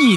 一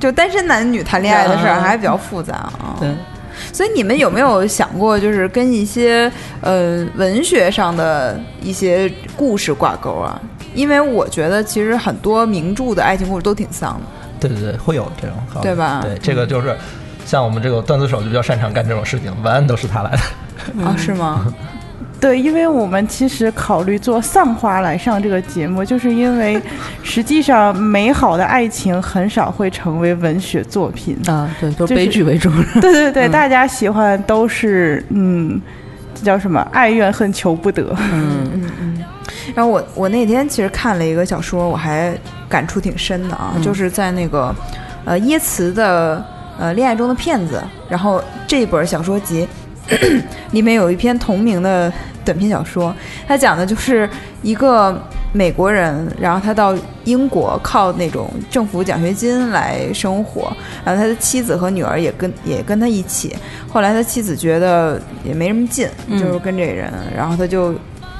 就单身男女谈恋爱的事儿，嗯还比较复杂啊。对，所以你们有没有想过，就是跟一些呃文学上的一些故事挂钩啊？因为我觉得其实很多名著的爱情故事都挺丧的。对对对，会有这种，好对吧对，这个就是像我们这个段子手就比较擅长干这种事情，文案都是他来的。啊，是吗？对，因为我们其实考虑做《丧花来上》这个节目，就是因为实际上美好的爱情很少会成为文学作品。 啊，对，都就是是悲剧为主。对对对，大家喜欢都是嗯，这叫什么？爱怨恨求不得。然后我我那天其实看了一个小说，我还感触挺深的啊，就是在那个呃耶茨的呃《恋爱中的骗子》，然后这本小说集里面有一篇同名的短篇小说，它讲的就是一个美国人，然后他到英国靠那种政府奖学金来生活，然后他的妻子和女儿也跟也跟他一起。后来他妻子觉得也没什么劲，就是跟这人，然后他就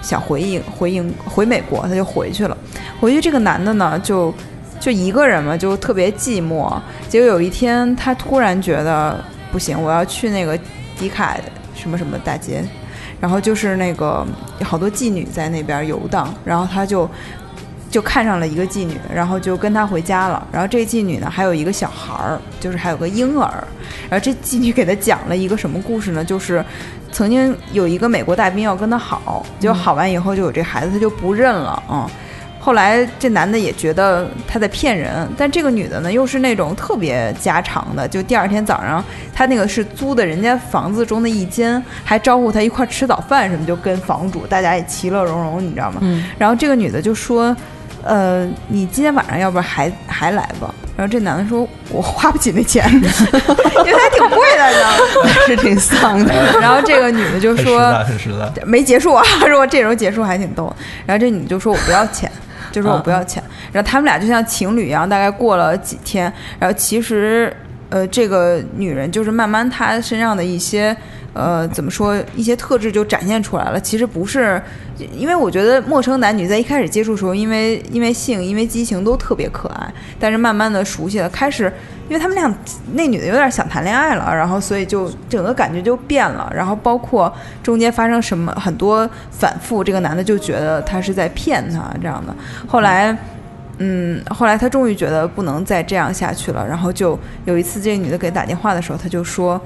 想回英回英回美国，他就回去了。回去这个男的呢，就就一个人嘛，就特别寂寞。结果有一天，他突然觉得不行，我要去那个迪卡什么什么大街，然后就是那个好多妓女在那边游荡，然后他就就看上了一个妓女，然后就跟她回家了。然后这妓女呢，还有一个小孩儿，就是还有个婴儿。然后这妓女给他讲了一个什么故事呢？就是曾经有一个美国大兵要跟他好，结果好完以后就有这孩子，他就不认了，嗯。后来这男的也觉得他在骗人，但这个女的呢，又是那种特别家常的，就第二天早上，她那个是租的人家房子中的一间，还招呼他一块儿吃早饭什么，就跟房主大家也其乐融融，你知道吗？嗯然后这个女的就说：“呃，你今天晚上要不然还还来吧？”然后这男的说：“我花不起 那钱，因为还挺贵的，你知道吗？”是挺丧的。然后这个女的就很实说：“在，很实在。没结束啊， 如果这时候结束还挺逗。然后这女的就说我不要钱，就说我不要钱。然后他们俩就像情侣一样，大概过了几天，然后其实呃，这个女人就是慢慢她身上的一些。呃，怎么说一些特质就展现出来了。其实不是，因为我觉得陌生男女在一开始接触的时候，因为因为性，因为激情都特别可爱，但是慢慢的熟悉了，开始，因为他们俩那女的有点想谈恋爱了，然后所以就整个感觉就变了，然后包括中间发生什么很多反复，这个男的就觉得他是在骗她这样的，后来。嗯，后来他终于觉得不能再这样下去了，然后就有一次这个女的给他打电话的时候，他就说，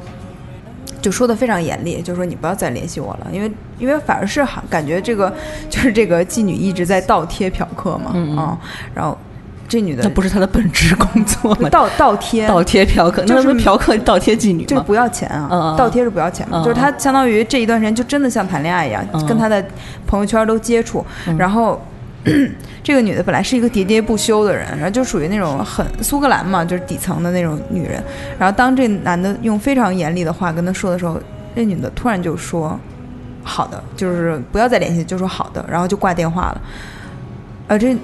就说的非常严厉，就说你不要再联系我了，因为因为反而是好感觉这个就是这个妓女一直在倒贴嫖客嘛，嗯嗯啊，然后这女的那不是他的本职工作吗？倒倒贴倒贴嫖客，就那是不是嫖客倒贴妓女就是吗？不要钱啊，嗯嗯倒贴是不要钱嘛，嗯嗯就是他相当于这一段时间就真的像谈恋爱一样，嗯跟他的朋友圈都接触，然后。 这个女的本来是一个喋喋不休的人，然后就属于那种很苏格兰嘛，就是底层的那种女人。然后当这男的用非常严厉的话跟她说的时候，这女的突然就说：“好的，就是不要再联系，就说好的。”然后就挂电话了。呃，这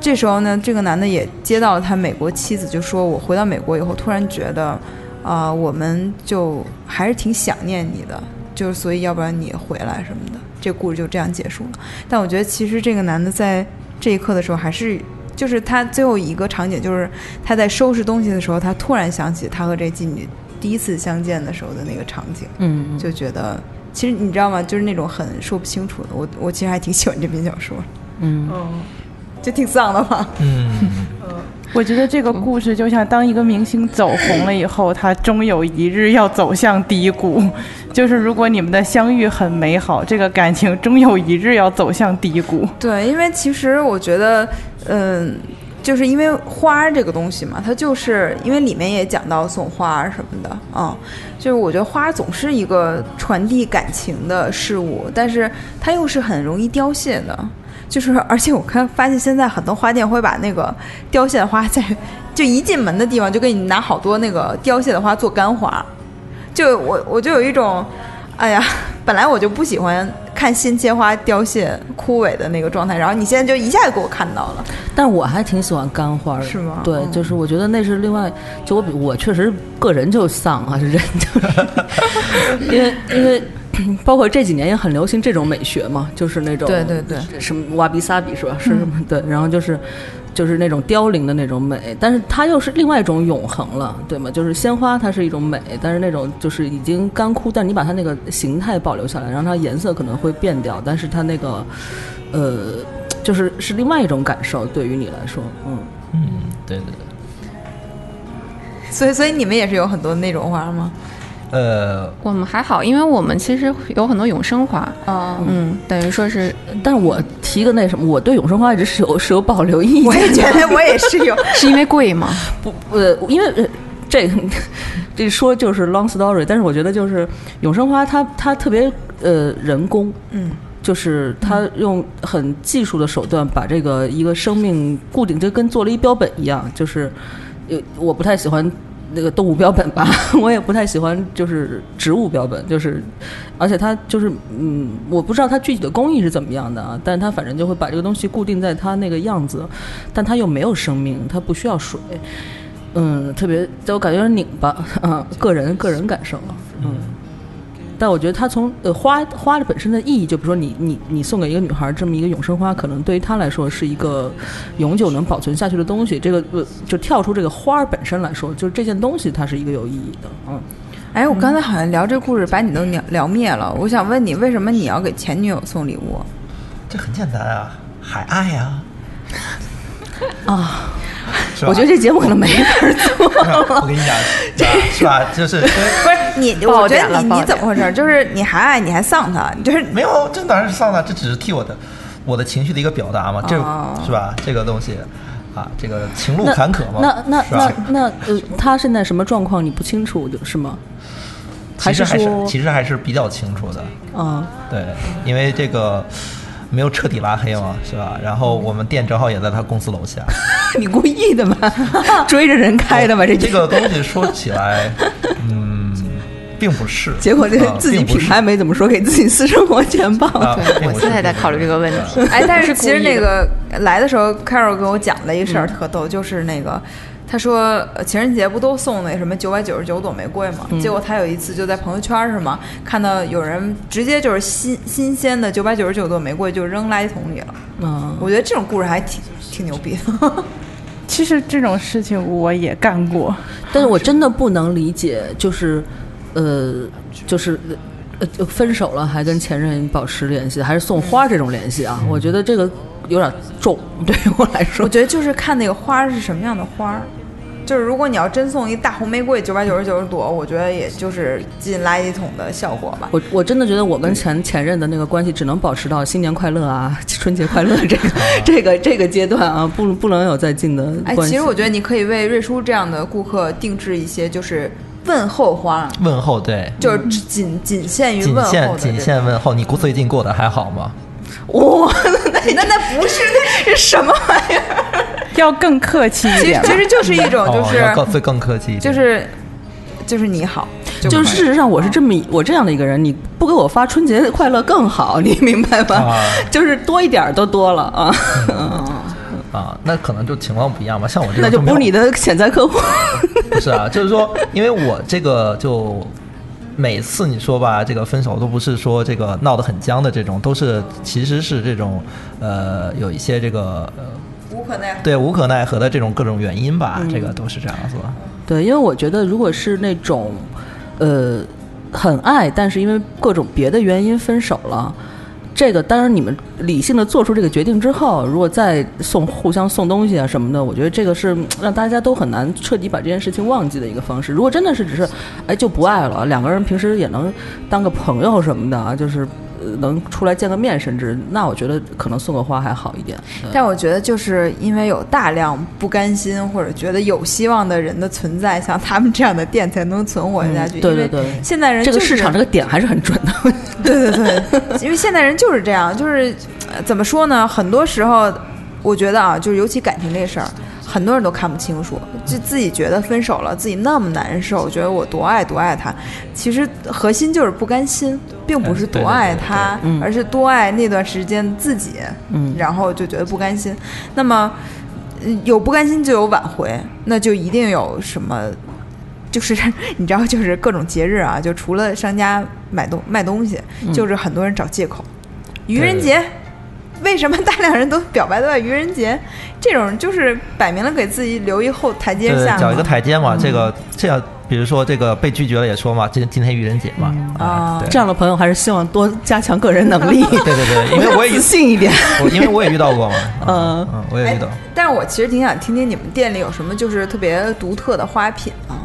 这时候呢，这个男的也接到了他美国妻子就说：“我回到美国以后，突然觉得，啊、我们就还是挺想念你的，就是所以要不然你回来什么的。”这故事就这样结束了。但我觉得其实这个男的在这一刻的时候，还是就是他最后一个场景，就是他在收拾东西的时候，他突然想起他和这妓女第一次相见的时候的那个场景，嗯，就觉得其实你知道吗？就是那种很说不清楚的。我我 其实还挺喜欢这篇小说，嗯， 就挺丧的吧。嗯，我觉得这个故事就像当一个明星走红了以后，他终有一日要走向低谷。就是如果你们的相遇很美好，这个感情终有一日要走向低谷。对，因为其实我觉得，嗯，就是因为花儿这个东西嘛，它就是因为里面也讲到送花儿什么的，嗯，就是我觉得花总是一个传递感情的事物，但是它又是很容易凋谢的。就是，而且我看发现现在很多花店会把那个凋谢的花在就一进门的地方就给你拿好多那个凋谢的花做干花，就我我就有一种，哎呀， 本来我就不喜欢看新切花凋谢枯萎的那个状态，然后你现在就一下就给我看到了，但我还挺喜欢干花儿的，是吗对，嗯就是哦我觉得那是另外，就我比我确实个人就丧啊，人就是 因为因为包括这几年也很流行这种美学嘛，就是那种对对对嗯什么瓦比萨比是吧？是什么？对，然后就是。就是那种凋零的那种美，但是它又是另外一种永恒了，对吗？就是鲜花，它是一种美，但是那种就是已经干枯，但你把它那个形态保留下来，让它颜色可能会变掉，但是它那个，呃，就是是另外一种感受，对于你来说，嗯，嗯，对对对。所以所以你们也是有很多那种花吗？呃，我们还好，因为我们其实有很多永生花，嗯，嗯，等于说是但我提个那什么，我对永生花一直是有是有保留意见的， 我也觉得我也是有，是因为贵吗？不呃，因为呃这这说就是 long story，但是我觉得就是永生花它它特别呃人工， 嗯，就是它用很技术的手段把这个一个生命固定，就跟做了一标本一样，就是有我不太喜欢。那个动物标本吧， 我也不太喜欢，就是植物标本，就是，而且它就是，嗯，我不知道它具体的工艺是怎么样的啊，但是它反正就会把这个东西固定在它那个样子，但它又没有生命，它不需要水，嗯，特别，但我感觉有点拧巴， 嗯，个人个人感受，嗯。但我觉得它从呃花花的本身的意义，就比如说你你你送给一个女孩这么一个永生花，可能对于她来说是一个永久能保存下去的东西。这个呃就跳出这个花儿本身来说，就是这件东西它是一个有意义的，嗯。哎，我刚才好像聊这故事把你都聊聊灭了，我想问你为什么你要给前女友送礼物？这很简单啊，还爱呀、 啊。是吧？哦我觉得这节目可能没法做。 我跟你讲， 是吧？就是因为不是你，爆我觉点得了你爆你点怎么回事？就是你还爱你还丧他，就是没有，这当然是丧的，这只是替我的我的情绪的一个表达嘛，这、哦是吧？这个东西啊，这个情路那坎坷嘛，那那是吧那？那呃，他现在什么状况你不清楚是吗？其实是还是说其实还是比较清楚的，啊？对，因为这个没有彻底拉黑嘛，是吧？然后我们店正好也在他公司楼下， 你故意的吧？ 追着人开的吧？这哦这个东西说起 来，嗯，并不是，结果这啊自己并不品是牌没怎么说，给自己私生活全爆了。啊，并对，我不是现在在考虑这个问题。 哎，但是故其实意那的个嗯来的时候，Carol 跟我讲的一个事儿特逗，就是那个他说呃情人节不都送那什么九百九十九朵玫瑰嘛？嗯结果他有一次就在朋友圈儿是吗？看到有人直接就是新新鲜的九百九十九朵玫瑰就扔垃圾桶里了。嗯，我觉得这种故事还挺挺牛逼的。其实这种事情我也干过， 但是我真的不能理解，就是，呃，就是。呃，就分手了还跟前任保持联系，还是送花这种联系嗯啊？我觉得这个有点重，对于我来 我说，觉得就是看那个花儿是什么样的花儿。就是如果你要真送一大红玫瑰九百九十九十朵，我觉得也就是进垃圾桶的效果吧。我我真的觉得我跟前前任的那个关系只能保持到新年快乐啊、 春节快乐这个这个这个阶段啊，不不能有再近的哦哎，关系。其实我觉得你可以为瑞叔这样的顾客定制一些就是问候花，嗯问候，对，就是只仅仅限于仅问候的限这仅限问候，你最近过得还好吗？哇， 那那不是那是什么 玩意儿？要更客气一其实点吧其。实就是一种就哦，是要更最更客气一点，就是就是哦你好，就可以是事实上，我是这么一我这样的一个人，你不给我发春节快乐更好， 你明白吗？啊就是多一点儿都多了啊，嗯啊，那可能就情况不一样吧。像我这 那就种没不有是你的潜在客户。 不是啊，就是说，因为我这个就每次你说吧，这个分手都不是说这个闹得很僵的这种，都是其实是这种呃有一些这个、呃、无可奈何。对无可奈何的这种各种原因吧，嗯这个都是这样子吧。对，因为我觉得如果是那种，呃，很爱，但是因为各种别的原因分手了，这个当然你们理性的做出这个决定之后，如果再送互相送东西啊什么的，我觉得这个是嗯让大家都很难彻底把这件事情忘记的一个方式。如果真的是只是哎就不爱了，两个人平时也能当个朋友什么的啊，就是。呃能出来见个面，甚至那我觉得可能送个花还好一点。但我觉得，就是因为有大量不甘心或者觉得有希望的人的存在，像他们这样的店才能存活下嗯去。对啊因为对对现在人这个就是市场这个点还是很准的。对对对，因为现代人就是这样，就是呃怎么说呢？很多时候，我觉得啊，就是尤其感情这事儿，很多人都看不清楚，就自己觉得分手了，自己那么难受，觉得我多爱多爱他，其实核心就是不甘心，并不是多爱他，对对对对嗯而是多爱那段时间自己，嗯然后就觉得不甘心。那么呃有不甘心就有挽回，那就一定有什么就是你知道，就是各种节日啊，就除了商家买东卖东西，嗯就是很多人找借口。愚人节，为什么大量人都表白都在愚人节？这种就是摆明了给自己留一后台阶对下，嗯找一个嘛。台阶嘛。这个这样，比如说这个被拒绝了也说嘛，今今天愚人节嘛，啊对这样的朋友还是希望多加强个人能 力，对对对，因为我也自信一点。我因为我也遇到过嘛，嗯嗯，我也遇到。但是我其实挺想听听你们店里有什么就是特别独特的花品啊。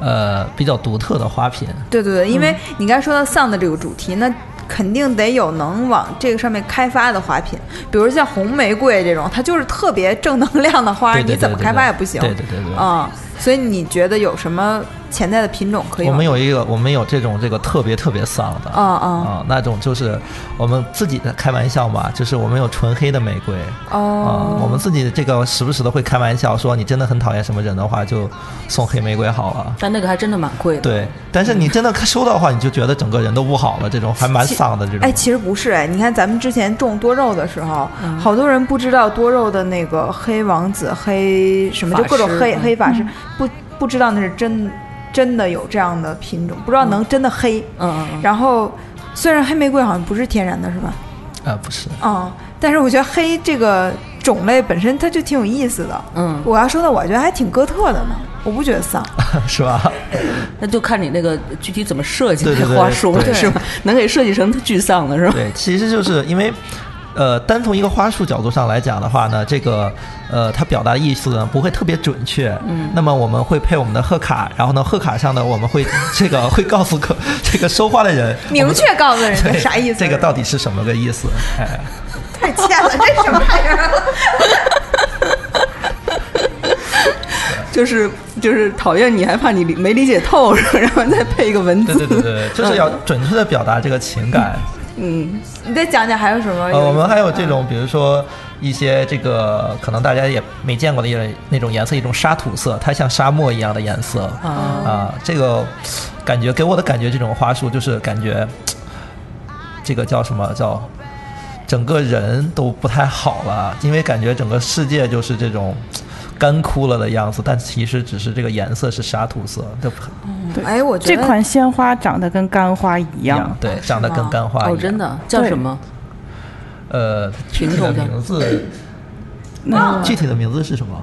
呃，比较独特的花品，对对对，因为你刚才说到丧的这个主题，那肯定得有能往这个上面开发的花品，比如像红玫瑰这种，它就是特别正能量的花，对对对啊你怎么对对开发也不行。对对对对啊、所以你觉得有什么潜在的品种可以？我们。有一个，我们有这种这个特别特别丧的，啊啊啊，那种就是我们自己的开玩笑嘛，就是我们有纯黑的玫瑰，啊、哦我们自己这个时不时的会开玩笑说，你真的很讨厌什么人的话，就送黑玫瑰好了。但那个还真的蛮贵的。对，但是你真的收到的话，你就觉得整个人都不好了，这种还蛮丧的这种哎，。其实不是哎，你看咱们之前种多肉的时候，嗯好多人不知道多肉的那个黑王子、黑什么，就法各种师黑嗯黑法师，不不知道那是真真的有这样的品种，不知道能真的黑。嗯嗯嗯。然后，虽然黑玫瑰好像不是天然的，是吧？呃，不是， 嗯，但是我觉得黑这个种类本身它就挺有意思的。嗯我要说的，我觉得还挺哥特的呢，我不觉得丧。是吧？那就看你那个具体怎么设计对对这对花束了，对是吧？能给设计成巨丧了， 是吧？对，其实就是因为，呃，单从一个花束角度上来讲的话呢，这个呃，它表达的意思呢不会特别准确。嗯。那么我们会配我们的贺卡，然后呢，贺卡上呢我们会这个会告诉客这个收花的人 我明们确告诉人家 对啥意思？这个到底是什么个意 思？哎，太欠了，这什么玩意 儿？啊就是就是讨厌你，还怕你理没理解透，是吧然 后再配一个文字。对对对对，就是要准确的表达这个情感。嗯你再讲讲还有什么有意思？呃，我们还有这种，比如说一些这个可能大家也没见过的一种那种颜色，一种沙土色，它像沙漠一样的颜色哦啊、啊，这个感觉给我的感觉，这种花束就是感觉这个叫什么叫整个人都不太好了，因为感觉整个世界就是这种。干枯了的样子，但其实只是这个颜色是沙土色，就很哎，我觉这得款鲜花长得跟干花一一样样，，对，长得吗跟干花一样。哦，真的叫什么？呃，具品体种的叫名字，具体的名字是什么？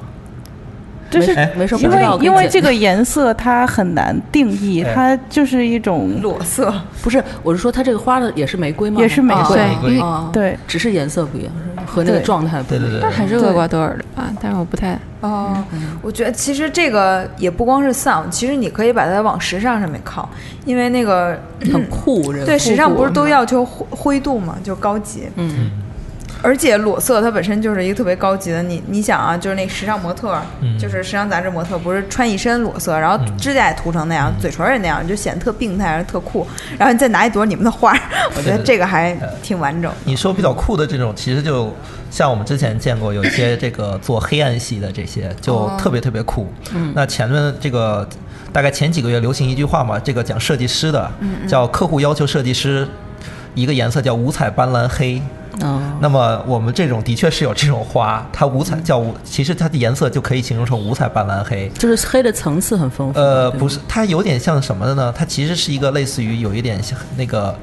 就是哎没事，不因知为道我跟你因为讲这个颜色它很难定义，哎它就是一种裸色，不是，我是说它这个花的也是玫瑰吗？也是玫瑰啊对玫瑰啊，啊对嗯只是颜色不一样，和那个对状态不一对样。对对，那还是厄瓜多尔的吧，但是我不太哦，我觉得其实这个也不光是丧，其实你可以把它往时尚上面靠，因为那个很酷，这个对复古时尚不是都要求灰灰度嘛，就高级。嗯，而且裸色它本身就是一个特别高级的，你你想啊，就是那时尚模特，嗯就是时尚杂志模特，不是穿一身裸色，然后指甲也涂成那样，嘴唇也那样，就显得特病态，特酷。然后你再拿一朵你们的花儿， 我觉得对这个还挺完整。你说比较酷的这种，其实就像我们之前见过有一些这个做黑暗系的这些，就特别特别酷。嗯，那前面这个大概前几个月流行一句话嘛，这个讲设计师的，叫客户要求设计师一个颜色叫五彩斑斓黑。啊，那么我们这种的确是有这种花，它五彩叫五，其实它的颜色就可以形容成五彩斑斓黑。就是黑的层次很丰富。呃，对吗不是，它有点像什么的呢？它其实是一个类似于有一点像那个，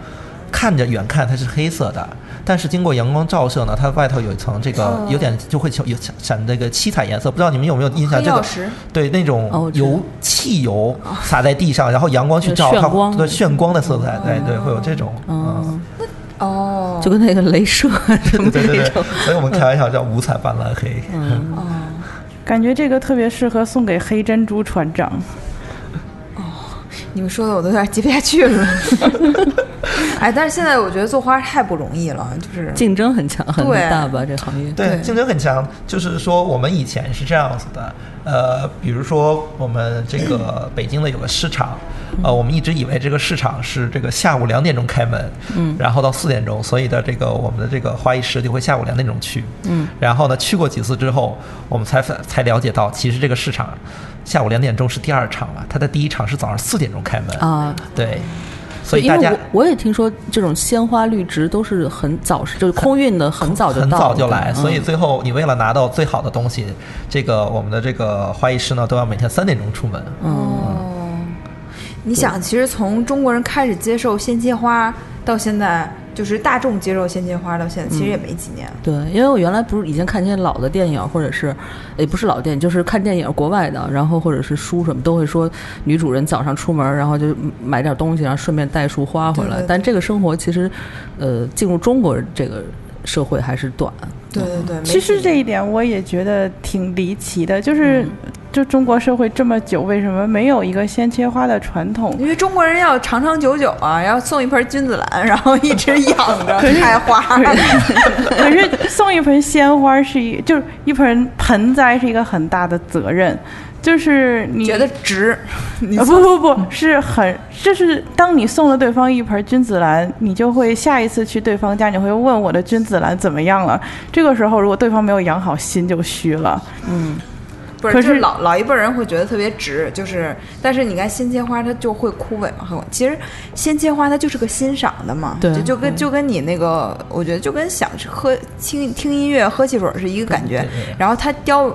看着远看它是黑色的，但是经过阳光照射呢，它外头有一层这个有点就会有有闪这个七彩颜色。不知道你们有没有印象？黑这曜个石对那哦种我知道油汽油洒在地上，然后阳光去照那个炫它光哎对炫光的色彩，对对，会有这种。嗯， 嗯，哦，就跟那个镭射什么对 对那对种，，所以我们开玩笑叫五彩斑斓黑。 感觉这个特别适合送给黑珍珠船长。你们说的我都有点接不下去了。 哎，但是现在我觉得做花太不容易了，就是竞争很强很对大吧？这行业对，对竞争很强。就是说，我们以前是这样子的，呃，比如说我们这个北京的有个市场，呃，我们一直以为这个市场是这个下午两点钟开门，嗯，然后到四点钟，所以的这个我们的这个花艺师就会下午两点钟去，嗯，然后呢，去过几次之后，我们才才了解到，其实这个市场下午两点钟是第二场了，它的第一场是早上四点钟开门，啊，对，所以因大为家我我也听说这种鲜花绿植都是很早，就是空运的很早就到很了，早就来，所以嗯最后你为了拿到最好的东西，这个我们的这个花艺师呢，都要每天三点钟出门。哦，你想，其实从中国人开始接受鲜切花到现在，就是大众接受鲜切花到现在，其实也嗯没几年。对，因为我原来不是以前看一些老的电影，或者是也不是老电影，就是看电影国外的，然后或者是书什么，都会说女主人早上出门，然后就买点东西，然后顺便带束花回来。对对对但这个生活其实，呃，进入中国这个社会还是短。对对对，没其实几年这一点我也觉得挺离奇的，就是就中国社会这么久，为什么没有一个鲜切花的传统？因为中国人要长长久久啊，然后送一盆君子兰，然后一直养着开花。可是送一盆鲜花是一，就是一盆盆栽是一个很大的责任，就是 你觉得值，你啊、不不不是很，就是当你送了对方一盆君子兰，你就会下一次去对方家，你会问我的君子兰怎么样了。这个时候，如果对方没有养好，心就虚了。不是，可就是是老老一辈人会觉得特别值，就是，但是你看鲜切花它就会枯萎嘛，很其实鲜切花它就是个欣赏的嘛，对就就跟就跟你那个，我觉得就跟想吃喝听听音乐喝汽水是一个感觉对对对，然后它凋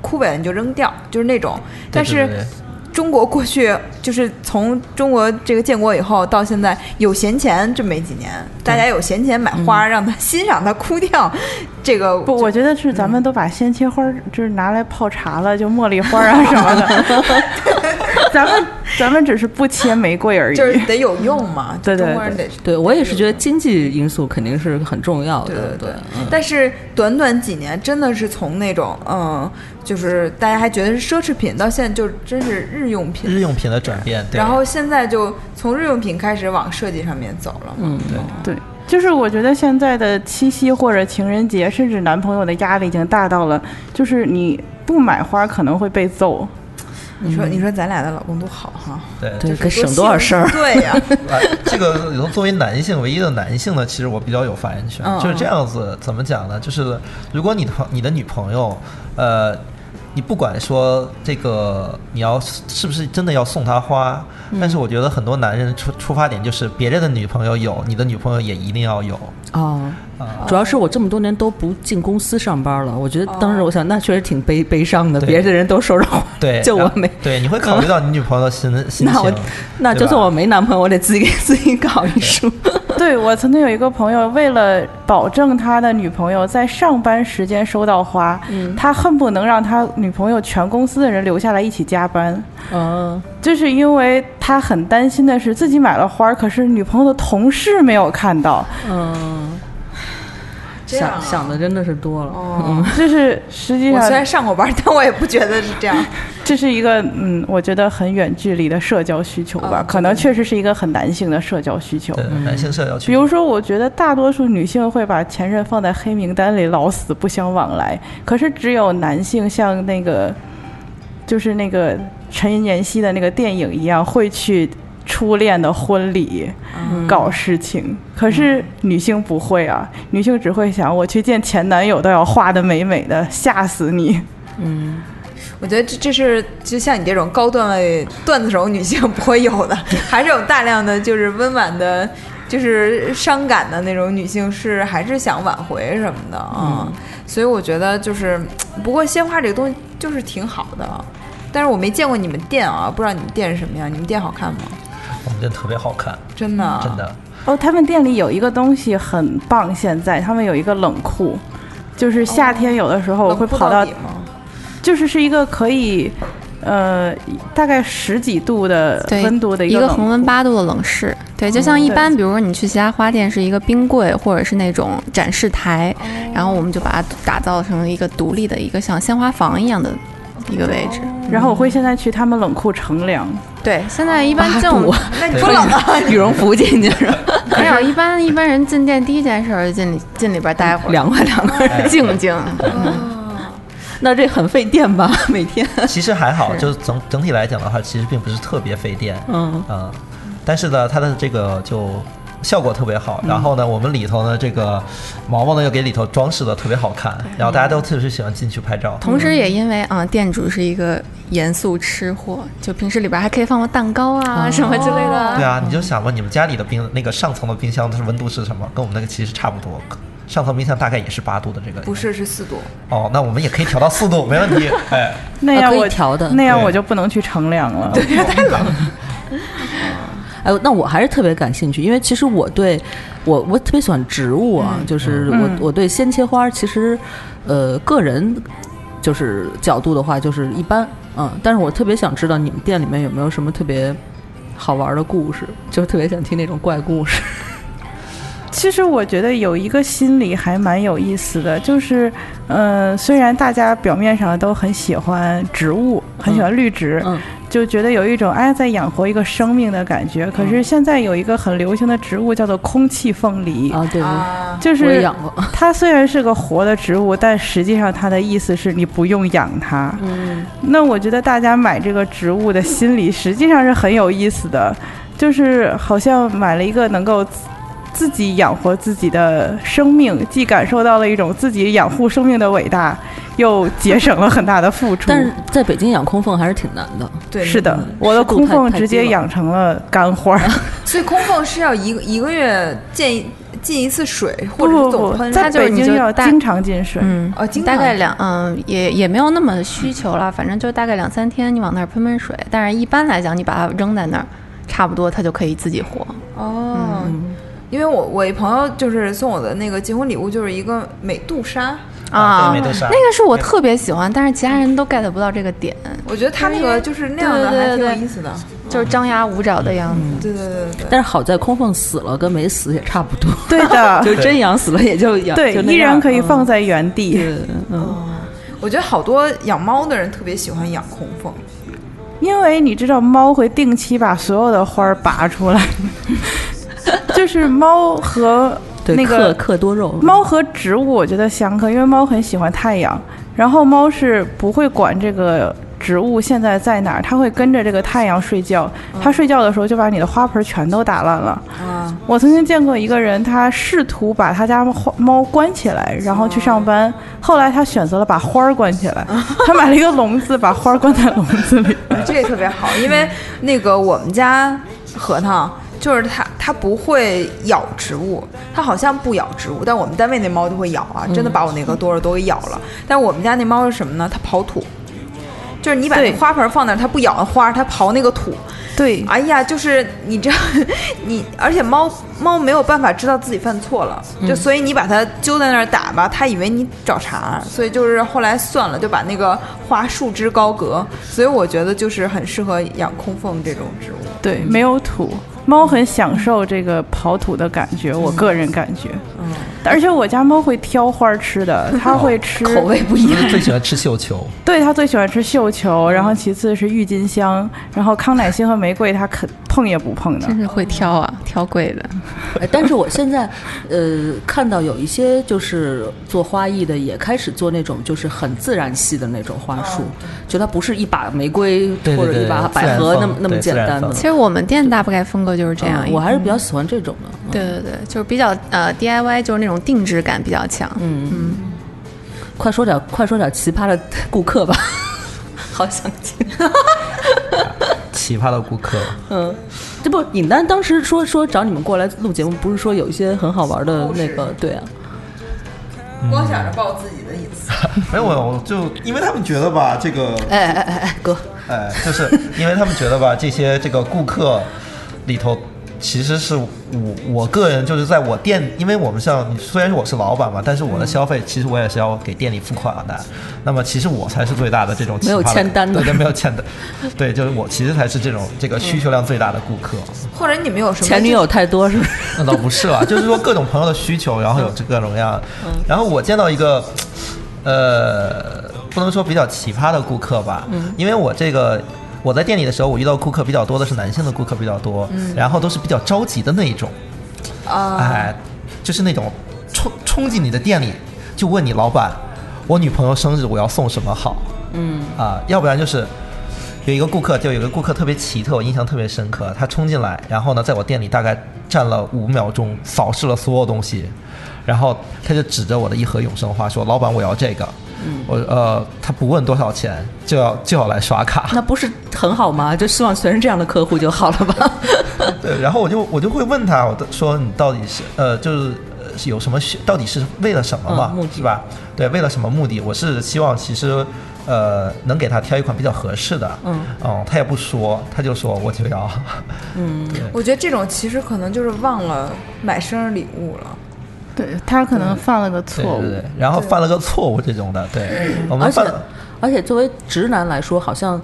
枯萎了你就扔掉，就是那种，但是。对对对中国过去就是从中国这个建国以后到现在，有闲钱这没几年，大家有闲钱买花，让它 欣赏它枯掉，这个不，我觉得是咱们都把鲜切花儿就是拿来泡茶了，就茉莉花儿啊什么的。咱们咱们只是不切玫瑰而已。就是得有用嘛，对对中国人得对我也是觉得经济因素肯定是很重要对的。对嗯对，但是短短几年，真的是从那种嗯，就是大家还觉得是奢侈品，到现在就真是日用品，日用品的转变，对然后现在就从日用品开始往设计上面走了嘛。嗯，对，就是我觉得现在的七夕或者情人节，甚至男朋友的压力已经大到了，就是你不买花可能会被揍。你说你说咱俩的老公多好哈，对对，就是可省多少事儿幸？福对呀、 啊，这个作为男性唯一的男性呢，其实我比较有发言权嗯，就是这样子。怎么讲呢？就是如果你的朋你的女朋友，呃，你不管说这个你要是不是真的要送她花，但是我觉得很多男人出出发点就是别人的女朋友有，你的女朋友也一定要有。哦啊，哦主要是我这么多年都不进公司上班了，我觉得当时我想，那确实挺悲悲伤的，对别的人都收着花，对，就我然没。对，你会考虑到你女朋友的心心那我情。那对就吧算我没男朋友，我得自己给自己搞一束。对我曾经有一个朋友，为了保证他的女朋友在上班时间收到花，嗯他恨不能让他女朋友全公司的人留下来一起加班， 嗯，就是因为他很担心的是自己买了花，可是女朋友的同事没有看到，这样啊想想的真的是多了。嗯哦，就是实际我虽上然上过班，但我也不觉得是这样。这是一个嗯，我觉得很远距离的社交需求吧，啊可能确实是一个很男性的社交需求。对男性社交比群体如说，我觉得大多数女性会把前任放在黑名单里，老死不相往来。可是只有男性像那个，就是那个陈妍希的那个电影一样，会去初恋的婚礼搞事情。可是女性不会啊，女性只会想，我去见前男友都要画的美美的，吓死你。我觉得这这是就像你这种高段位段子手女性不会有的，还是有大量的就是温婉的，就是伤感的那种女性是还是想挽回什么的啊。嗯所以我觉得就是，不过鲜花这个东西就是挺好的，但是我没见过你们店啊，不知道你们店是什么样，你们店好看吗？我们真的特别好看，真的啊，嗯真的。哦，他们店里有一个东西很棒，现在他们有一个冷库，哦就是夏天有的时候我冷会酷跑到底吗？就是是一个可以呃大概十几度的对温度的一个个冷恒温八度的冷室，对，就像一般，比如说你去其他花店是一个冰柜或者是那种展示台，然后我们就把它打造成一个独立的一个像鲜花房一样的一个位置。然后我会现在去他们冷库乘凉，对，现在一般八这种度，那你对 不冷啊？羽绒服进去是吧？没有，一般一般人进店第一件事儿就进里进里边待会儿，凉快凉快。哎 静静。 嗯那这很费电吧？每天，其实还好，是就是整整体来讲的话，其实并不是特别费电，嗯，嗯，但是呢，它的这个就效果特别好。然后呢，我们里头呢，这个毛毛呢又给里头装饰的特别好看，然后大家都特别喜欢进去拍照。同时也因为啊、店主是一个严肃吃货，就平时里边还可以放个蛋糕啊、什么之类的啊。对啊，你就想吧，你们家里的冰那个上层的冰箱它是温度是什么？跟我们那个其实差不多，上层冰箱大概也是八度的这个。不是，是四度。哦，那我们也可以调到四度，没问题。哎，那啊样可以我调的那样对我就不能去乘凉了。哎，那我还是特别感兴趣，因为其实我对我我特别喜欢植物啊，就是我、嗯我对鲜切花其实呃个人就是角度的话就是一般，嗯，但是我特别想知道你们店里面有没有什么特别好玩的故事，就是特别想听那种怪故事。其实我觉得有一个心理还蛮有意思的，就是，呃，虽然大家表面上都很喜欢植物，很喜欢绿植，嗯就觉得有一种哎在养活一个生命的感觉。可嗯是现在有一个很流行的植物叫做空气凤梨，啊，对对，就我也是养过，它虽然是个活的植物，但实际上它的意思是你不用养它。嗯，那我觉得大家买这个植物的心理实际上是很有意思的，就是好像买了一个能够自自己养活自己的生命，既感受到了一种自己养护生命的伟大，又节省了很大的付出。但是在北京养空凤还是挺难的，对，是的，度我的空凤太直接低了养成了干花 儿，所以空凤是要一个一个月见一进一次水，或不者是不总不，喷。它 在就是北你京就要大经常进水。嗯哦经大概常两嗯，也也没有那么需求了，反正就大概两三天，你往那儿喷喷水。但是一般来讲，你把它扔在那儿，差不多它就可以自己活。哦，嗯因为我我一朋友就是送我的那个结婚礼物就是一个美杜莎，啊，啊对，美杜莎，那个是我特别喜欢，但是其他人都 get 不到这个点，我觉得他那个就是那样的对对还挺对有意思的。就是张牙舞爪的样子。对对对对对。但是好在空凤死了跟没死也差不多，对的， 就是真养死了也就养，啊对就，那依然样可以嗯放在原地。对，嗯，我觉得好多养猫的人特别喜欢养空 凤，因为你知道，猫会定期把所有的花儿拔出来， 就是猫和对，那克个克多肉，猫和植物，我觉得相克，因为猫很喜欢太阳，然后猫是不会管这个植物现在在哪儿，它会跟着这个太阳睡觉。它睡觉的时候就把你的花盆全都打烂了。啊我曾经见过一个人，他试图把他家花猫关起来，然后去上班，后来他选择了把花儿关起来，他买了一个笼子，把花儿关在笼子里。这也特别好，因为那个我们家核桃就是它，它不会咬植物，它好像不咬植物，但我们单位那猫就会咬嗯啊，真的把我那个多肉都给咬了。但我们家那猫是什么呢？它刨土，就是你把那对花盆放那儿，它不咬花，它刨那个土。对，哎呀，就是你这，你而且猫猫没有办法知道自己犯错了，嗯就所以你把它揪在那儿打吧，它以为你找茬，所以就是后来算了，就把那个花束之高阁。所以我觉得就是很适合养空凤这种植物。对，没有土。猫很享受这个刨土的感觉，我个人感觉。嗯，而且我家猫会挑花儿吃 的，它会吃口味不一是样不。是最喜欢吃绣 球？对，它最喜欢吃绣球，然后其次是郁金香，然后康乃馨和玫瑰，它肯碰也不碰的。真是会挑啊，挑贵的。哎但是我现在，呃，看到有一些就是做花艺的也开始做那种就是很自然系的那种花嗯束，就它不是一把玫瑰对对或者对一把自百然合风那么那么对简自然单的风。其实我们店大概风格就是这样。嗯我还是比较喜欢这种的。嗯对对对，就是比较呃 DIY，就是那种定制感比较强。嗯快说点，快说点奇葩的 顾客吧，好想听。 奇葩的顾客，嗯，这不尹丹当时说说找你们过来录节目，不是说有一些很好玩哦的那个对啊，嗯光想着报自己的隐私，没有，我就因为他们觉得吧，这个哎哎哎哎哥， 哎，就是因为他们觉得吧，这些这个顾客里头其实是我我个人就是在我店，因为我们像虽然我是老板嘛，但是我的消费其实我也是要给店里付款的。那么其实我才是最大的这种没有奇葩签单的对对，没有签单，对，就是我其实才是这种这个需求量最大的顾客。或者你们有什么前女友太多是不 是？那倒不是啦，就是说各种朋友的需求，然后有这各种各样。然后我见到一个，呃，不能说比较奇葩的顾客吧，因为我这个。我在店里的时候，我遇到顾客比较多的是男性的顾客比较多，然后都是比较着急的那一种，啊？哎，就是那种冲冲进你的店里就问你老板，我女朋友生日我要送什么好？嗯啊，要不然就是有一个顾客，就有一个顾客特别奇特，我印象特别深刻。他冲进来，然后呢，在我店里大概站了五秒钟，扫视了所有东西，然后他就指着我的一盒永生花说：“老板，我要这个。”我呃，他不问多少钱，就要就要来刷卡。那不是很好吗？就希望全是这样的客户就好了吧？对，然后我就我就会问他，我的说你到底是呃，就是呃是有什么需，到底是为了什么嘛，嗯目的是吧？对，为了什么目的？我是希望其实呃能给他挑一款比较合适的，哦嗯他也不说，他就说我就要， 我觉得这种其实可能就是忘了买生日礼物了。 对他可能犯了个对错对误对，，然后犯了个错误这种的，对，我们嗯而且犯了而且作为直男来说，好像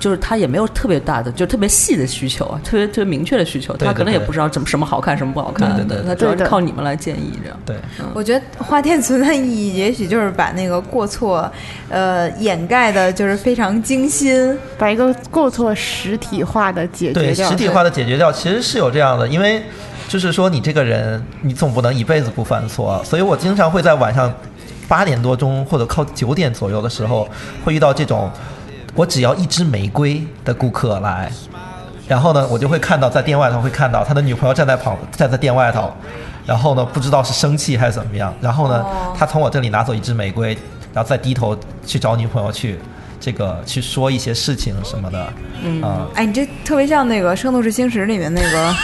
就是他也没有特别大的，就特别细的需求啊，特别特别明确的需求，对他可能也对不知道怎么什么好看，什么不好看，对对对他主要对是的靠你们来建议这样。对。我觉得花店存在意义，也许就是把那个过错，呃，掩盖的就是非常精心。把一个过错实体化的解决对掉。实体化的解决掉，其实是有这样的，因为就是说你这个人，你总不能一辈子不犯错，啊所以我经常会在晚上八点多钟或者靠九点左右的时候，会遇到这种我只要一支玫瑰的顾客来，然后呢，我就会看到在店外头会看到他的女朋友站在旁站在店外头，然后呢，不知道是生气还是怎么样，然后呢，哦他从我这里拿走一支玫瑰，然后再低头去找女朋友去。这个去说一些事情什么的，嗯，哎，你这特别像那个《圣斗士星矢》里面那 个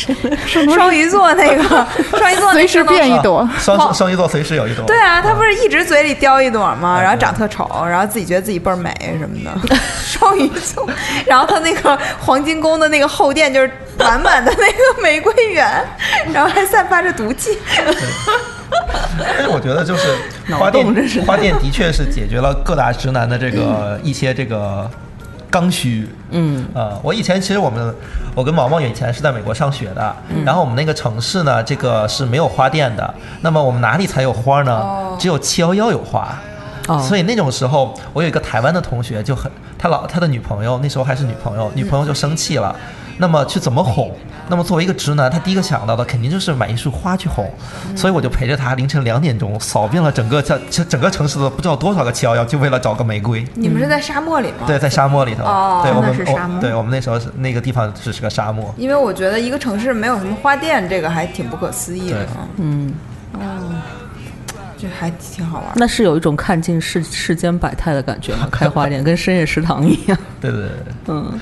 双鱼座那个双鱼座那随时圣斗士变一朵，啊双双鱼座随时有一种。对啊，他不是一直嘴里叼一朵吗？哎嗯然后长特丑，然后自己觉得自己倍儿美什么的， 双鱼座。然后他那个黄金宫的那个后殿就是满满的那个玫瑰园，然后还散发着毒 气。但是我觉得就是 脑花洞真是店，花店的确是解决了各大直男的这个一些这个刚需。嗯，呃，我以前其实我们，我跟毛毛以前是在美国上学的，嗯然后我们那个城市呢，这个是没有花店的。那么我们哪里才有花呢？只有七幺幺有花。哦，所以哎那种时候，我有一个台湾的同学就很，他老他的女朋友那时候还是女朋友，女朋友就生气了，那么去怎么哄？那么作为一个直男，他第一个想到的肯定就是买一束花去哄，嗯所以我就陪着他凌晨两点钟扫遍了整个这这整个城市的不知道多少个七幺幺，就为了找个玫瑰。你们是在沙漠里吗？对，在沙漠里头，哦对我们真的是沙漠我对我们那时候是那个地方只是个沙漠。因为我觉得一个城市没有什么花店，这个还挺不可思议的啊。嗯，这还挺好玩。那是有一种看尽世世间百态的感觉 吗？开花店跟深夜食堂一样。对对对对。嗯，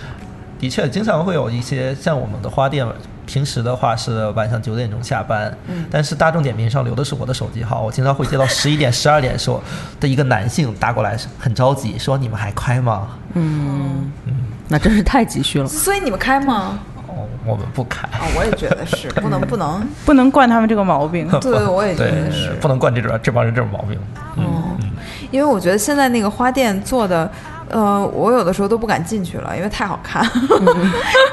的确，经常会有一些像我们的花店，平时的话是晚上九点钟下班，嗯但是大众点评上留的是我的手机号，我经常会接到十一点、十二点时候的一个男性打过来，很着急，说你们还开吗？那真是太急需了。所以你们开吗？哦，我们不开。啊，我也觉得是，不能不能，不能惯他们这个毛 病。对对我也觉得是对不能惯这种这帮人这种毛病。嗯哦因为我觉得现在那个花店做的，呃，我有的时候都不敢进去了，因为 太好看，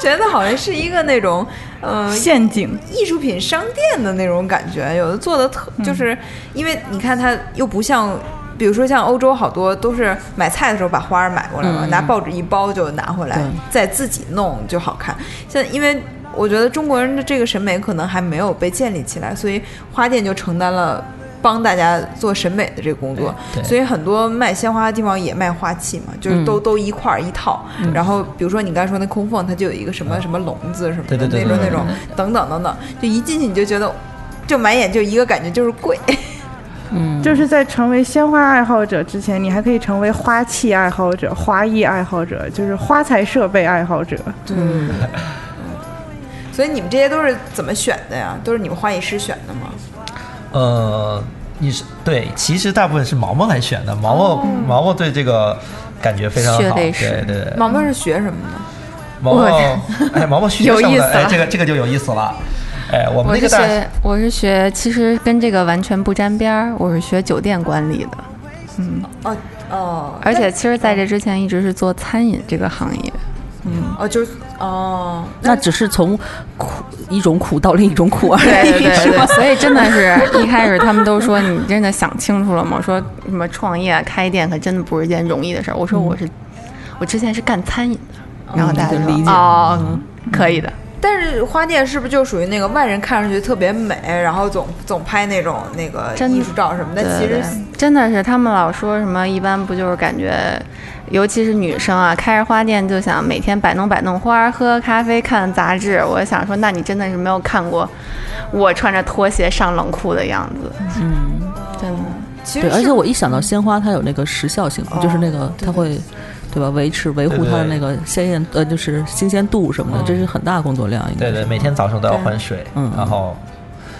觉得好像是一个那种，呃，陷阱，艺术品商店的那种感觉，有的做的特，嗯就是因为你看它又不像。比如说像欧洲好多都是买菜的时候把花儿买过来嘛，嗯拿报纸一包就拿回来对，再自己弄就好看。现在因为我觉得中国人的这个审美可能还没有被建立起来，所以花店就承担了帮大家做审美的这个工哎作。对对所以很多卖鲜花的地方也卖花器嘛，就是嗯都、都一块儿一套。然后比如说你刚才说那空缝，它就有一个什嗯么什么笼子什么的对对对那种那对对种等等等等，就一进去你就觉得，就满眼就一个感觉就是贵。 就是在成为鲜花爱好者之前，你还可以成为花器爱好者、花艺爱好者，就是花材设备爱好者。所以你们这些都是怎么选的呀？都是你们花艺师选的吗？呃，你是对，其实大部分是毛毛来选的，毛毛、毛毛对这个感觉非常好，哦血泪对史对对。毛毛是学什么的？毛毛，哎，毛毛学有上意的，思哎，了这个这个就有意思了。哎，我们我那是个大学我是学，其实跟这个完全不沾边儿，我是学酒店管理的，哦哦，而且其实在这之前一直是做餐饮这个行业。哦就是哦，那只是从苦一种苦到另一种苦而已。对 对对对，所以真的是一开始他们都说你真的想清楚了吗？说什么创业开店可真的不是一件容易的事儿。我说我是、我之前是干餐饮的，然后大家嗯说、理解哦，可以的。但是花店是不是就属于那个外人看上去特别美，然后总总拍那种那个真艺术照什么的？其对实对真的是，他们老说什么，一般不就是感觉，尤其是女生啊，开着花店就想每天摆弄摆弄花儿，喝咖啡，看杂志。我想说，那你真的是没有看过我穿着拖鞋上冷库的样子。嗯，真的。其实对，嗯是而且我一想到鲜花，它有那个时效性，就是那个它会，哦对吧？维持维护它的那个鲜艳，呃，就是新鲜度什么的，这是很大的工作量。应该对是对，每天早上都要换水，嗯然后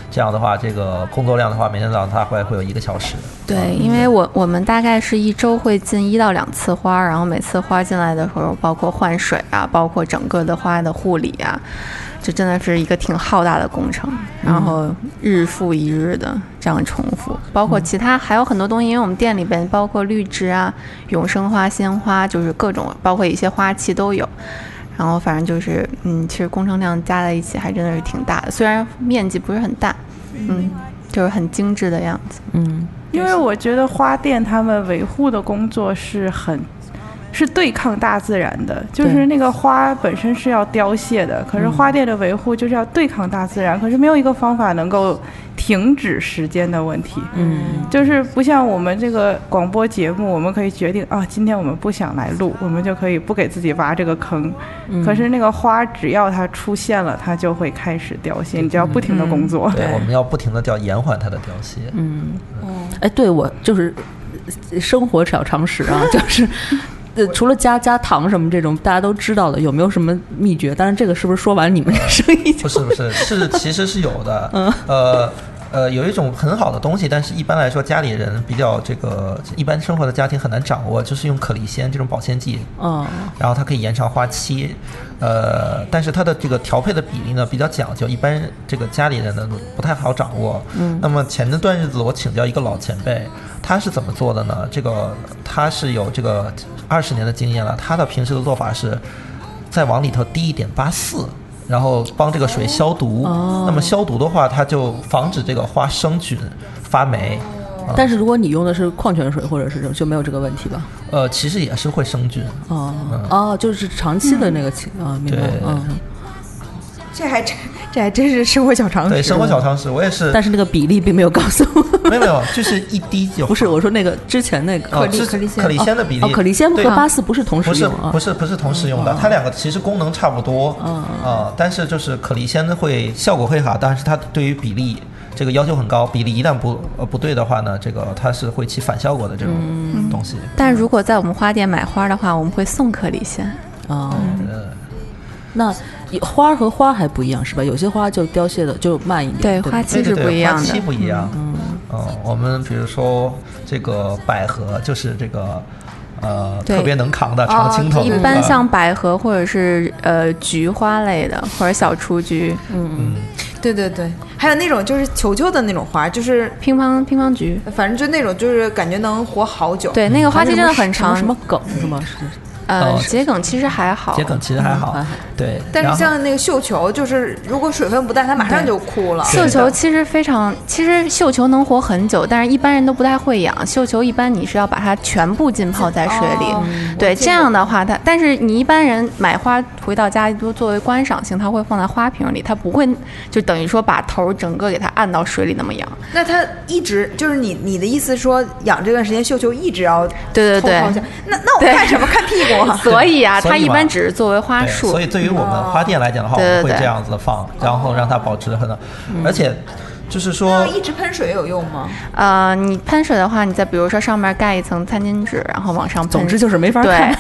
这样的话，这个工作量的话，每天早上它会会有一个小时。对，因为我我们大概是一周会进一到两次花儿，然后每次花进来的时候，包括换水啊，包括整个的花的护理啊，这真的是一个挺浩大的工程，然后日复一日的这样重复，包括其他还有很多东西，因为我们店里边包括绿植啊、永生花、鲜花，就是各种，包括一些花器都有。然后反正就是，嗯，其实工程量加在一起还真的是挺大的，虽然面积不是很大，嗯，就是很精致的样子。嗯，因为我觉得花店他们维护的工作是很。是对抗大自然的，就对是那个花本身是要凋谢的，可是花店的维护就是要对抗大自然，可是没有一个方法能够停止时间的问题。嗯，就是不像我们这个广播节目，我们可以决定啊，今天我们不想来录，我们就可以不给自己挖这个坑。可是那个花，只要它出现了，它就会开始凋谢，你就要不停的工作。对，我们要不停的叫延缓它的凋谢。哎，对我就是呃生活小常识啊， 就是。呃，除了加加糖什么这种大家都知道的，有没有什么秘诀？但是这个是不是说完你们这生意就不是不是，是其实是有的。呃呃，有一种很好的东西，但是一般来说家里人比较这个一般生活的家庭很难掌握，就是用可利鲜这种保鲜剂，嗯然后它可以延长花期。呃，但是它的这个调配的比例呢比较讲究，一般这个家里人呢不太好掌握。嗯，那么前段日子我请教一个老前辈，他是怎么做的呢？这个他是有这个二十年的经验了，他的平时的做法是，再往里头滴一点八四。然后帮这个水消毒，那么消毒的话，它就防止这个花生菌发霉。啊但是如果你用的是矿泉水或者是这种，就没有这个问题吧？呃，其实也是会生菌。哦、哦，就是长期的那个情啊，明白嗯对对嗯。这还真这还真是生活小常识。对，生活小常识，我也是但是那个比例并没有告诉我。没有没有，就是一滴就好不是，我说那个之前那个啊哦这可利鲜的比例，哦，可利鲜和对巴斯不是同时不是用啊不，是不是同时用的，它两个其实功能差不多啊，但是就是可利鲜会效果会好，但是它对于比例这个要求很高，比例一旦不呃不对的话呢，这个它是会起反效果的这种东西。但如果在我们花店买花的话，我们会送颗粒鲜。啊。呃，那有花儿和花还不一样是吧？有些花就凋谢的就慢一点，对吧，花对期对是对，不一样花期的。不一样。嗯，我们比如说这个百合，就是这个呃对特别能扛的常青藤，一般呃像百合或者是呃菊花类的，或者小雏菊、嗯对对对，还有那种就是球球的那种花，就是乒乓乒乓菊，反正就那种就是感觉能活好久。对，那个花期真的很什么长。什么梗是吗？是呃哦，桔梗其实还好。桔梗其实还好还好，对。但然是后像那个绣球，就是如果水分不带，它马上就枯了。绣球其实非常，其实绣球能活很久，但是一般人都不太会养。绣球一般你是要把它全部浸泡在水里，哦对，这样的话它，但是你一般人买花回到家都作为观赏性，它会放在花瓶里，它不会就等于说把头儿整个给它按到水里那么养。那它一直就是你你的意思说养这段时间绣球一直要对对对透透下那那我对看什么看屁股啊？ 所以啊，所以它一嘛般只是作为花对，束所。以对于我们花店来讲的话，我对们对会对这样子放，然后让它保持很，而且就是那说一直喷水有用吗？呃，你喷水的话，你再比如说上面盖一层餐巾纸，然后往上喷。总之就是没法对看。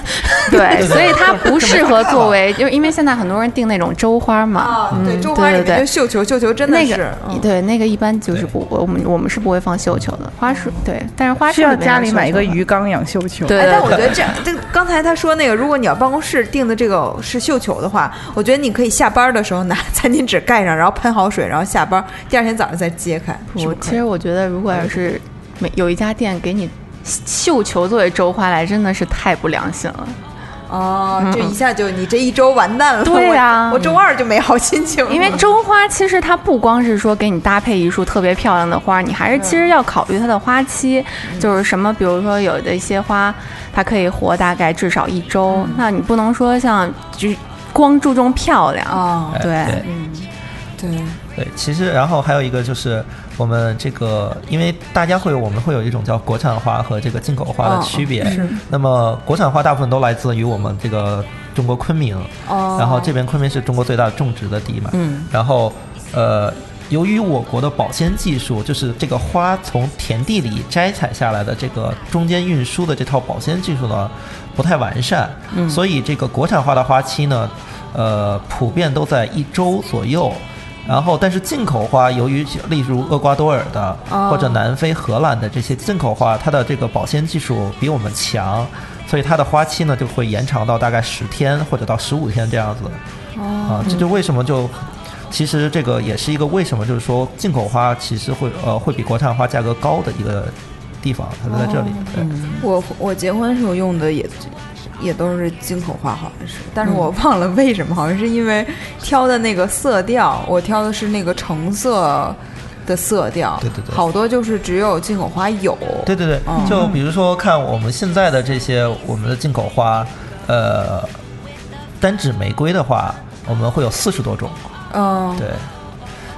对，所以它不适合看了作为，就是因为现在很多人订那种周花嘛，啊，嗯，对，对中华里对面就对。绣球，绣球真的那是个，嗯对那个一般就是不，我们我们是不会放绣球的，花束对，但是花束 嗯需要里面家有里绣买一球个的鱼缸养绣球。对哎，但我觉得这样，这刚才他说那个，如果你要办公室订的这个是绣球的话，我觉得你可以下班的时候拿 餐巾纸盖上，然后喷好水，然后下班，第二天早上再揭开。是我不其可以实我觉得，如果要是没有一家店给你绣球作为周花来，真的是太不良心了。哦，嗯就一下就你这一周完蛋了。对啊呀我我周二就没好心情了，因为嗯周花其实它不光是说给你搭配一束特别漂亮的花，你还是嗯其实要考虑它的花期，就是什么，比如说有的一些花，它可以活大概至少一嗯周，那你不能说像只光注重漂亮。哦，对哎对对，对，其实然后还有一个就是我们这个，因为大家会我们会有一种叫国产花和这个进口花的区别。是。那么国产花大部分都来自于我们这个中国昆明，哦，然后这边昆明是中国最大的种植的地嘛。嗯。然后，呃。由于我国的保鲜技术，就是这个花从田地里摘采下来的这个中间运输的这套保鲜技术呢，不太完善，嗯、所以这个国产花的花期呢，呃，普遍都在一周左右。然后，但是进口花，由于例如厄瓜多尔的、或者南非、荷兰的这些进口花，它的这个保鲜技术比我们强，所以它的花期呢就会延长到大概十天或者到十五天这样子。啊，这就为什么就，其实这个也是一个为什么，就是说进口花其实会呃会比国产花价格高的一个地方，它就在这里。对，我我结婚时候用的也也都是进口花，好像是，但是我忘了为什么，好像是因为挑的那个色调，我挑的是那个橙色的色调，对对对好多就是只有进口花有，对对对，嗯就比如说看我们现在的这些我们的进口花，呃，单指玫瑰的话，我们会有四十多种。嗯，对，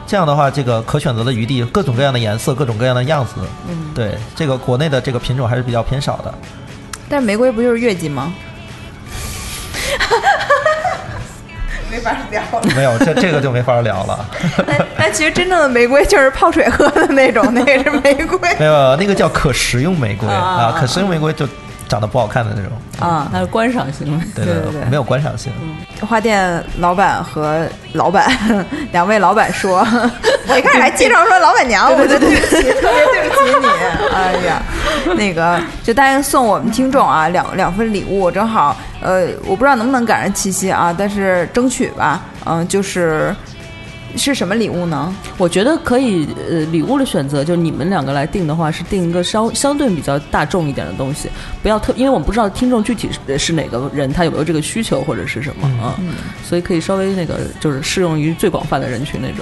这样的话，这个可选择的余地，各种各样的颜色，各种各样的样子。嗯，对，这个国内的这个品种还是比较偏少的。但是玫瑰不就是月季吗？没法聊了，没有，这这个就没法聊了。 但但其实真正的玫瑰就是泡水喝的那种，那个是玫 瑰没有，那个叫可食用玫瑰啊啊，可食用玫瑰就长得不好看的那种。啊。它是观赏行为。对对对对嗯没有观赏性。花店老板和老板两位老板说，我一开始还介绍说老板娘，我就对不起，特别对不起你。哎呀，那个就答应送我们听众啊两两份礼物，正好呃，我不知道能不能赶上七夕啊，但是争取吧。嗯、就是是什么礼物呢？我觉得可以，呃，礼物的选择就是你们两个来定的话，是定一个相相对比较大众一点的东西，不要特，因为我们不知道听众具体是是哪个人，他有没有这个需求或者是什嗯么啊，所以可以稍微那个就是适用于最广泛的人群那种。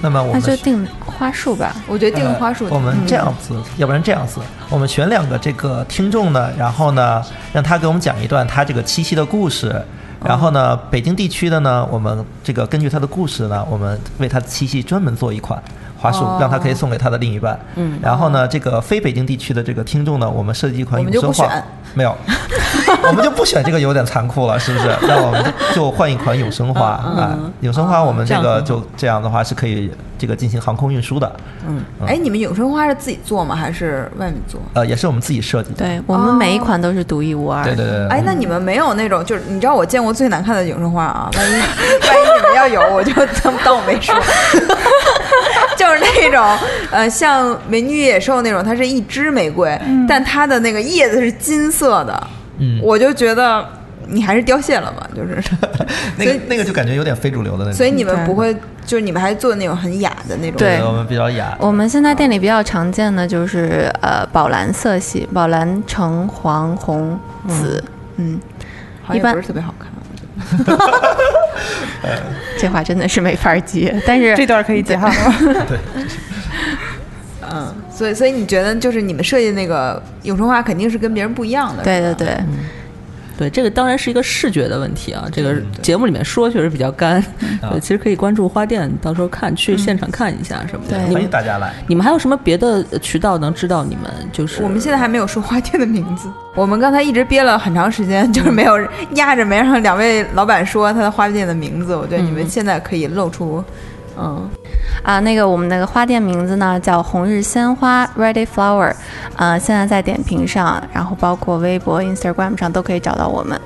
那么我那们就定花束吧。我觉得订呃花束、我们这样子，要不然这样子，我们选两个这个听众呢，然后呢，让他给我们讲一段他这个七夕的故事。哦然后呢，北京地区的呢，我们这个根据他的故事呢，我们为他的七夕专门做一款花束，哦让他可以送给他的另一半。嗯。然后呢，这个非北京地区的这个听众呢，我们设计一款我们永就生不花选，没 有，我们就不选这个有点残酷了，是不是？那我们就就换一款永生花嗯啊，永生花我们这这哦样个就这样的话是可以这个进行航空运输的。哎，你们永生花是自己做吗？还是外面做？呃，也是我们自己设计的。对我们每一款都是独一无二。对对对对哎，那你们没有那种，就是你知道我见过最难看的永生花 啊，万一万一你们要有，我就当当我没说。 就是那种，呃，像《美女与野兽》那种，它是一支玫瑰，嗯但它的那个叶子是金色的，嗯我就觉得你还是凋谢了吧，就是， 那所以个那个就感觉有点非主流的那种。所以你们不会，就是你们还做那种很雅的那种，对我们比较雅。哦我们现在店里比较常见的就是呃宝蓝色系，宝蓝橙黄红紫，嗯，好像也一般不是特别好看。这话真的是没法 接。但是 这段可以剪哈。嗯，所以所以你觉得就是你们设计的那个永生花肯定是跟别人不一样的，对是对吧对，对，这个当然是一个视觉的问题啊。这嗯个节目里面说确实比较干，啊对，其实可以关注花店，到时候看去现嗯场看一下什么的。对你欢迎们大家来。你们还有什么别的呃渠道能知道你们就是我们现在还没有说花店的名字， 我们刚才一直憋了很长时间， 就是没有压着没让两位老板说他的花店的名字。我觉得你们现在可以露出，嗯，啊、那个我们那个花店名字呢叫红日鲜花 Ready Flower，呃，现在在点评上，然后包括微博、Instagram 上都可以找到我们，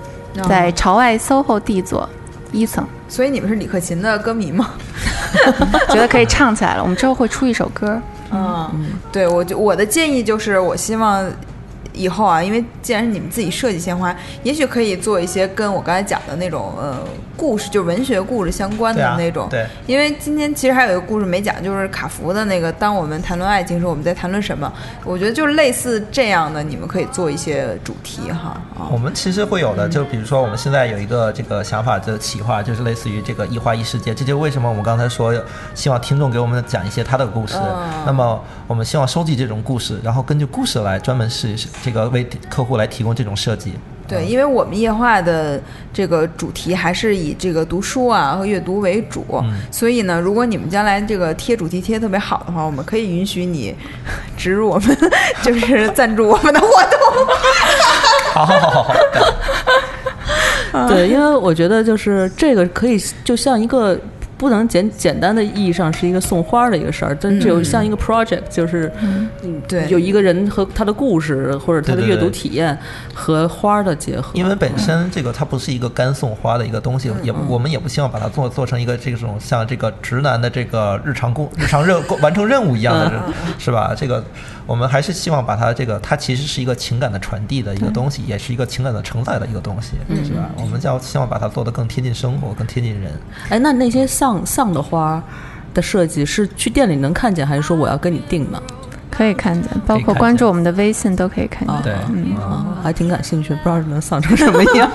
在朝外 SOHO 地座一 层，所以你们是李克勤的歌迷吗？觉得可以唱起来了。我们之后会出一首歌，嗯，对，我就我的建议就是，我希望以后啊，因为既然是你们自己设计鲜花，也许可以做一些跟我刚才讲的那种呃故事，就文学故事相关对的啊嗯那种。对因为今天其实还有一个故事没讲，就是卡福的那个。当我们谈论爱情时，我们在谈论什么？我觉得就是类似这样的，你们可以做一些主题哈。啊、我们其实会有嗯的，就比如说我们现在有一个这个想法的企划，就是类似于这个一花一世界，这就是为什么我们刚才说希望听众给我们讲一些他的故事。嗯那么我们希望收集这种故事，然后根据故事来专门是是这个为客户来提供这种设计。对，因为我们夜话的这个主题还是以这个读书啊和阅读为主，嗯所以呢，如果你们将来这个贴主题贴得特别好的话，我们可以允许你植入我们， 就是赞助我们的活动。好好好好好，对，因为我觉得就是这个可以就像一个。不能简简单的意义上是一个送花儿的一个事儿，真嗯只有像一个 project，就是，嗯，对有一个人和他的故事或者他的对对阅对读体验和花儿的结合。因为本身这个它不是一个干送花的一个东西，嗯也不我们也不希望把它做做成一个这种像这个直男的这个日常工日常任务完成任务一样嗯的，是吧？这个我们还是希望把它这个它其实是一个情感的传递的一个东西，也是一个情感的承载的一个东西，嗯是吧？我们要希望把它做得更贴近生活，更贴近人。哎，那那些丧丧的花儿的设计是去店里能看见，还是说我要跟你订呢？可以看见，包可以看括见关注我们的微信都可以看见。对，嗯，啊，还挺感兴趣，不知道能丧成什么样。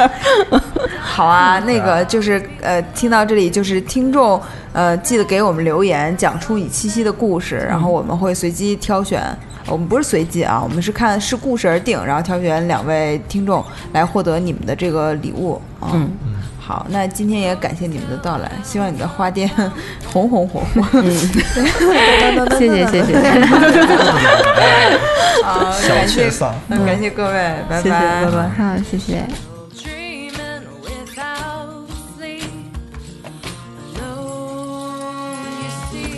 好啊，嗯那个就是呃，听到这里就是听众呃，记得给我们留言，讲出你七夕的故事，然嗯后我们会随机挑选。我们不是随机啊，我们是看是故事而定，然后挑选两位听众来获得你们的这个礼物啊。嗯好，那今天也感谢你们的到来，希望你的花店 红红火火。谢谢谢谢。好， 小感确谢，丧 嗯感谢各位，拜谢谢拜拜好，谢谢。 dreaming without sleep. Alone, you see,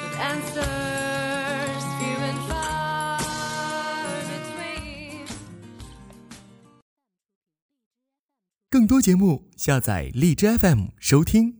with answers few and far between. 更多节目，下载荔枝 FM 收听。